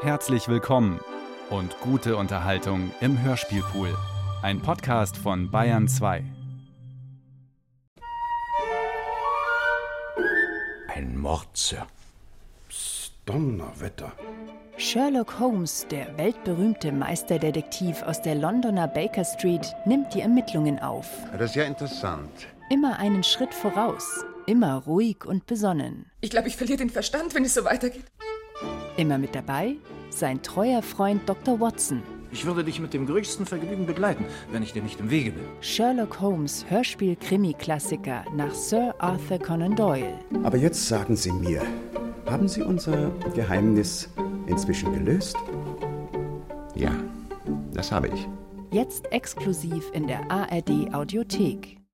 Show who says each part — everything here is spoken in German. Speaker 1: Herzlich willkommen und gute Unterhaltung im Hörspielpool. Ein Podcast von Bayern 2.
Speaker 2: Ein Mord, Sir.
Speaker 3: Donnerwetter.
Speaker 4: Sherlock Holmes, der weltberühmte Meisterdetektiv aus der Londoner Baker Street, nimmt die Ermittlungen auf.
Speaker 5: Das ist ja interessant.
Speaker 4: Immer einen Schritt voraus, immer ruhig und besonnen.
Speaker 6: Ich glaube, ich verliere den Verstand, wenn es so weitergeht.
Speaker 4: Immer mit dabei sein treuer Freund Dr. Watson.
Speaker 7: Ich würde dich mit dem größten Vergnügen begleiten, wenn ich dir nicht im Wege bin.
Speaker 4: Sherlock Holmes Hörspiel-Krimi-Klassiker nach Sir Arthur Conan Doyle.
Speaker 3: Aber jetzt sagen Sie mir, haben Sie unser Geheimnis inzwischen gelöst?
Speaker 2: Ja, das habe ich.
Speaker 4: Jetzt exklusiv in der ARD Audiothek.